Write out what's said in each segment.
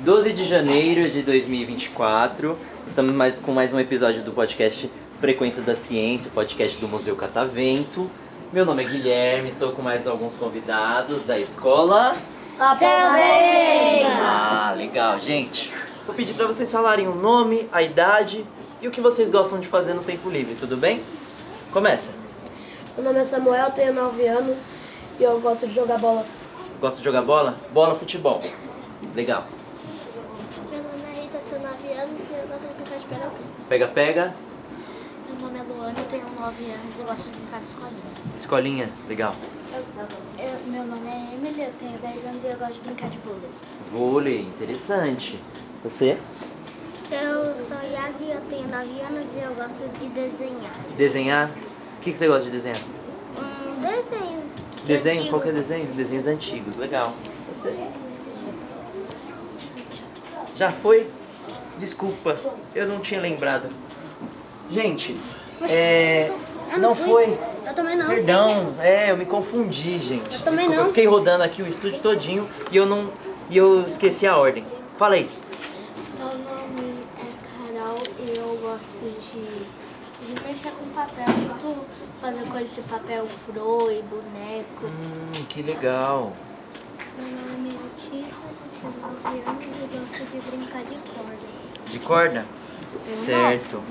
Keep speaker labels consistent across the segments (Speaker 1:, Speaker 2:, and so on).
Speaker 1: 12 de janeiro de 2024, estamos mais, com mais um episódio do podcast Frequência da Ciência, o podcast do Museu Catavento. Meu nome é Guilherme, estou com mais alguns convidados da escola.
Speaker 2: Só bebês!
Speaker 1: Ah, legal, gente. Vou pedir para vocês falarem o nome, a idade e o que vocês gostam de fazer no tempo livre, tudo bem? Começa.
Speaker 2: Meu nome é Samuel, tenho 9 anos e eu gosto de jogar bola.
Speaker 1: Gosta de jogar bola? Bola, futebol. Legal.
Speaker 3: Meu nome é Rita, tenho 9 anos e eu gosto de brincar de peruca.
Speaker 1: Pega, pega.
Speaker 3: Meu nome é Luana, eu tenho 9 anos e eu gosto de brincar de escolinha.
Speaker 1: Escolinha, legal.
Speaker 3: meu nome é Emily, eu tenho 10 anos e eu gosto de brincar de vôlei.
Speaker 1: Vôlei, interessante. Você?
Speaker 3: Eu sou Iago e eu tenho 9 anos e eu gosto de desenhar.
Speaker 1: Desenhar? O que, que você gosta de desenhar?
Speaker 3: Um, desenhos.
Speaker 1: Desenho? Qual que é desenho? Desenhos antigos, legal. Você? Já foi? Desculpa, eu não tinha lembrado. Gente, é. Não foi?
Speaker 3: Eu também não.
Speaker 1: Perdão, é, eu me confundi, gente.
Speaker 3: também
Speaker 1: Desculpa,
Speaker 3: não.
Speaker 1: eu fiquei rodando aqui o estúdio todinho e eu não. E eu esqueci a ordem. Fala aí.
Speaker 3: Meu nome é Carol e eu gosto de, de mexer com papel, tipo fazer coisas de papel froe, boneco.
Speaker 1: Hum, que legal.
Speaker 3: Meu nome é Tira, tenho 9 anos e gosto de brincar de corda.
Speaker 1: De corda? Certo.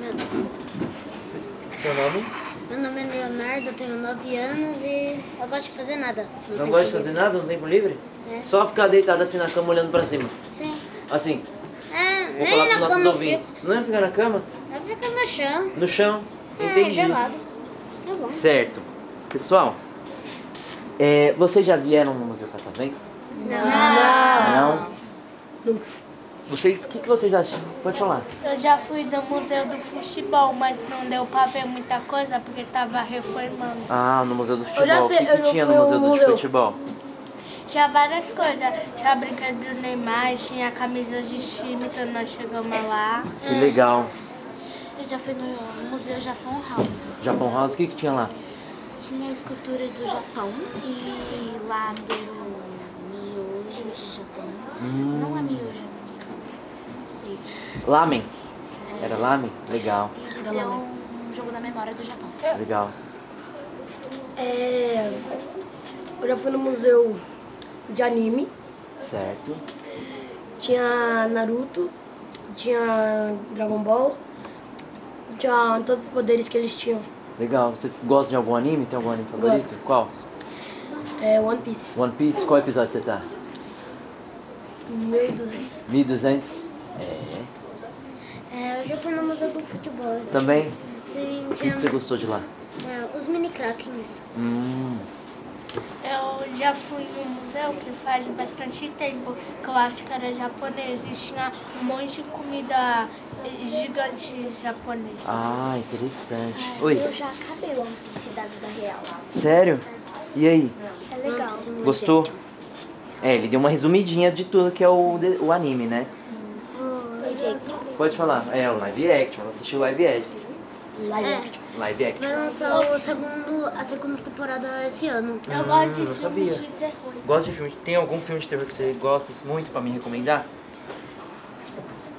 Speaker 1: Seu nome?
Speaker 3: Meu nome é Leonardo, eu tenho 9 anos e eu gosto de fazer nada.
Speaker 1: Não gosta de fazer nada no tempo livre?
Speaker 3: É.
Speaker 1: Só ficar deitado assim na cama olhando pra cima.
Speaker 3: Sim.
Speaker 1: Assim,
Speaker 3: É,
Speaker 1: vou falar
Speaker 3: nem
Speaker 1: pros
Speaker 3: na
Speaker 1: nossos
Speaker 3: cama eu
Speaker 1: ouvintes.
Speaker 3: fico.
Speaker 1: Não é ficar na cama?
Speaker 3: Eu fico no chão.
Speaker 1: No chão?
Speaker 3: É,
Speaker 1: Entendi.
Speaker 3: gelado. Tá bom.
Speaker 1: Certo. Pessoal, é, vocês já vieram no Museu Catavento? Não. Não? Nunca. Vocês, o que, que vocês acham? Pode falar.
Speaker 4: Eu já fui do Museu do Futebol, mas não deu pra ver muita coisa porque tava reformando.
Speaker 1: Ah, no Museu do Futebol.
Speaker 2: já sei,
Speaker 1: o que,
Speaker 2: eu
Speaker 1: que
Speaker 2: já
Speaker 1: tinha no
Speaker 2: fui
Speaker 1: Museu
Speaker 2: ao
Speaker 1: do
Speaker 2: museu.
Speaker 1: Futebol?
Speaker 4: Tinha várias coisas. Tinha brincadeira do Neymar, tinha camisas de time, então nós chegamos lá.
Speaker 3: É.
Speaker 1: Que legal.
Speaker 3: Eu já fui no Museu Japão House.
Speaker 1: Japão House, o que, que tinha lá?
Speaker 3: Tinha esculturas do Japão e lá deram miojo de Japão.
Speaker 1: Hum.
Speaker 3: Não é miojo, não sei.
Speaker 1: Lamen. Era lamen? Legal,
Speaker 3: E deu um jogo da memória do Japão.
Speaker 1: legal.
Speaker 2: É, eu já fui no museu de anime,
Speaker 1: Certo.
Speaker 2: tinha Naruto, tinha Dragon Ball, tinha todos os poderes que eles tinham.
Speaker 1: Legal. Você gosta de algum anime? Tem algum anime favorito? Qual?
Speaker 2: É One Piece,
Speaker 1: One Piece? Qual episódio você tá?
Speaker 2: 1200.
Speaker 1: 1200? É.
Speaker 3: É, eu já fui no Museu do Futebol.
Speaker 1: Também?
Speaker 3: Sim,
Speaker 1: O
Speaker 3: é,
Speaker 1: que, que você gostou de lá?
Speaker 3: os mini crackings.
Speaker 1: Hum,
Speaker 4: Eu já fui no museu que faz bastante tempo, que eu acho que era japonês, e tinha um monte de comida gigante japonesa.
Speaker 1: ah, interessante. Oi,
Speaker 3: já acabei One Piece da vida real.
Speaker 1: sério? E aí,
Speaker 3: É legal.
Speaker 1: gostou? É, ele deu uma resumidinha de tudo que é o, de- o anime, né?
Speaker 3: tipo,
Speaker 1: Pode falar. É, o live action, ela assistiu live action.
Speaker 3: É.
Speaker 1: Live action.
Speaker 3: Vai lançar o segundo, a segunda temporada esse ano.
Speaker 4: Eu gosto de
Speaker 1: não
Speaker 4: filmes
Speaker 1: Ah, sabia.
Speaker 4: de terror.
Speaker 1: Gosta de filme? de- Tem algum filme de terror que você gosta muito pra me recomendar?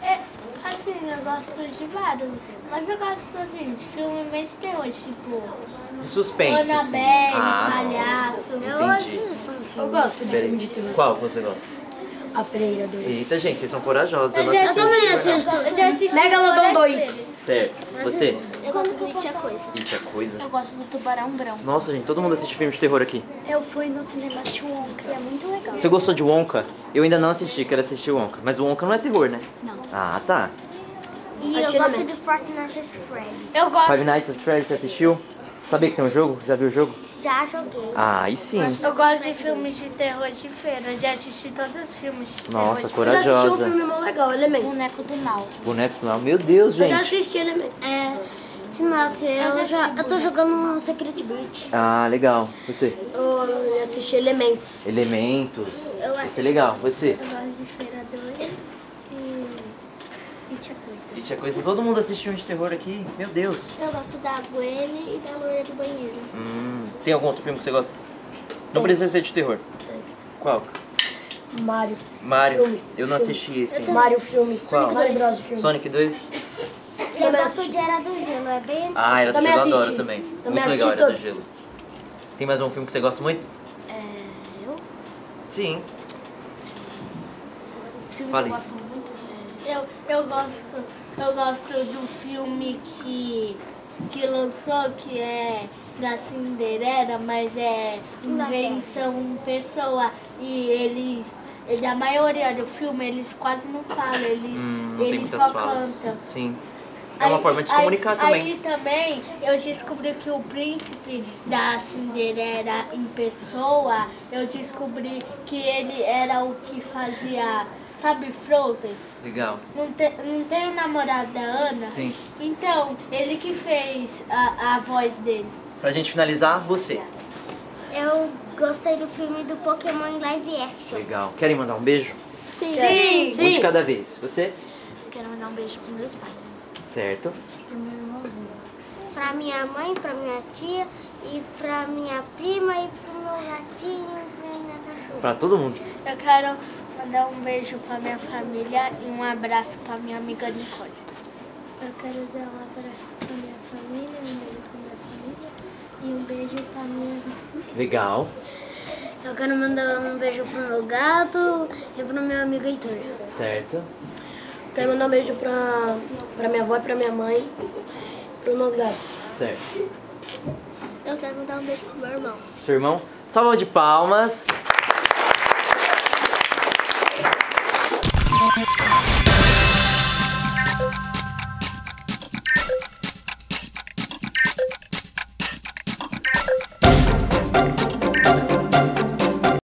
Speaker 4: É, assim, eu gosto de vários, mas eu gosto, assim, de filme meio de terror, tipo...
Speaker 1: De suspense. assim.
Speaker 4: Annabelle,
Speaker 1: Ah, nossa.
Speaker 4: palhaço.
Speaker 3: Eu acho
Speaker 1: Entendi.
Speaker 3: isso como
Speaker 2: Eu
Speaker 3: né, filme.
Speaker 2: gosto de filme de
Speaker 1: Peraí.
Speaker 2: terror.
Speaker 1: Qual que você gosta?
Speaker 2: A Freira 2.
Speaker 1: Eita, gente, vocês são corajosos. Eu
Speaker 4: Eu
Speaker 1: não
Speaker 4: já
Speaker 1: assisti.
Speaker 3: também
Speaker 4: assisti.
Speaker 3: assisto.
Speaker 4: Eu já assisti
Speaker 2: Megalodon
Speaker 4: várias
Speaker 2: 2.
Speaker 4: vezes.
Speaker 1: Certo. Você?
Speaker 3: Eu gosto do It a Coisa.
Speaker 1: Eita, coisa.
Speaker 3: Eu gosto do Tubarão Branco.
Speaker 1: Nossa, gente, todo mundo assiste filme de terror aqui.
Speaker 3: Eu fui no cinema de Wonka e é muito legal.
Speaker 1: Você gostou de Wonka? Eu ainda não assisti, quero assistir Wonka. Mas o Wonka não é terror, né?
Speaker 3: Não.
Speaker 1: Ah, tá.
Speaker 3: E
Speaker 2: Achei
Speaker 3: eu gosto
Speaker 2: também.
Speaker 3: de Fortnite at Freddy.
Speaker 4: Eu gosto,
Speaker 1: Five Nights at Freddy's, você assistiu? Sabia que tem um jogo? Já viu o jogo?
Speaker 3: Já joguei.
Speaker 1: Ah, aí sim.
Speaker 4: eu gosto de filmes de terror de feira. Eu já assisti todos os filmes de terror.
Speaker 1: Nossa,
Speaker 4: de
Speaker 2: Eu já assisti um
Speaker 1: corajosa.
Speaker 2: filme mó legal, Elementos.
Speaker 3: Boneco do Mal.
Speaker 1: Boneco do mal. Meu Deus,
Speaker 2: Eu já
Speaker 1: gente.
Speaker 2: assisti Elementos.
Speaker 3: É. FNAF, eu, já, eu tô jogando Secret Breach.
Speaker 1: Ah, legal. Você?
Speaker 2: Eu já assisti Elementos.
Speaker 1: Elementos. é
Speaker 3: Eu
Speaker 1: Esse
Speaker 3: assisti.
Speaker 1: é legal. Você?
Speaker 3: gosto de Feira 2 e, e
Speaker 4: It a coisa.
Speaker 1: It é coisa. Todo mundo assiste filme de terror aqui. Meu Deus.
Speaker 4: Eu gosto da Gwen e da loira do banheiro.
Speaker 1: Hum, tem algum outro filme que você gosta? Não precisa ser de terror. Qual?
Speaker 2: Mario.
Speaker 1: Mario.
Speaker 2: Filme.
Speaker 1: Eu não assisti esse. ainda.
Speaker 2: Mario filme.
Speaker 1: Qual?
Speaker 2: Mario Bros. filme.
Speaker 1: Sonic 2?
Speaker 4: Eu gosto de Era do Gelo, é bem.
Speaker 1: Ah, Era do
Speaker 2: Também
Speaker 1: Gelo eu
Speaker 2: assisti.
Speaker 1: adoro também.
Speaker 2: Também
Speaker 1: muito
Speaker 2: assisti
Speaker 1: legal, Era
Speaker 2: todos.
Speaker 1: do Gelo. Tem mais um filme que você gosta muito?
Speaker 2: É,
Speaker 1: Sim.
Speaker 5: filme
Speaker 1: Fala
Speaker 5: que
Speaker 1: aí.
Speaker 5: eu gosto muito.
Speaker 4: Eu, eu, gosto, eu gosto do filme que, que lançou, que é da Cinderela, mas é invenção pessoa. E eles, e da maioria do filme, eles quase não falam, eles,
Speaker 1: Hum, não tem
Speaker 4: eles
Speaker 1: muitas
Speaker 4: só
Speaker 1: falas.
Speaker 4: cantam.
Speaker 1: Sim. É uma
Speaker 4: Aí-
Speaker 1: forma de se comunicar
Speaker 4: aí,
Speaker 1: também.
Speaker 4: Aí também eu descobri que o príncipe da Cinderela em pessoa, eu descobri que ele era o que fazia, sabe, Frozen?
Speaker 1: Legal.
Speaker 4: Não, te, não tem o namorado da Ana?
Speaker 1: Sim.
Speaker 4: Então, ele que fez a, a voz dele.
Speaker 1: Pra gente finalizar, você.
Speaker 3: Eu gostei do filme do Pokémon em live action.
Speaker 1: Legal. Querem mandar um beijo?
Speaker 3: Sim.
Speaker 4: assim,
Speaker 1: Um de cada vez. Você?
Speaker 5: Eu quero mandar um beijo pros meus pais.
Speaker 1: Certo.
Speaker 3: Pra minha mãe, pra minha tia e pra minha prima e pro meu gatinho e pra minha cachorra.
Speaker 1: Pra todo mundo.
Speaker 5: Eu quero mandar um beijo pra minha família e um abraço pra minha amiga Nicole.
Speaker 3: Eu quero dar um abraço pra minha família, um beijo pra minha família e um beijo pra minha
Speaker 1: Legal.
Speaker 3: Eu quero mandar um beijo pro meu gato e pro meu amigo Heitor.
Speaker 1: Certo.
Speaker 2: Quero mandar um beijo pra, pra minha avó e pra minha mãe. Pros meus gatos.
Speaker 1: Certo.
Speaker 3: Eu quero mandar um beijo pro meu irmão.
Speaker 1: Seu irmão? Salva de palmas.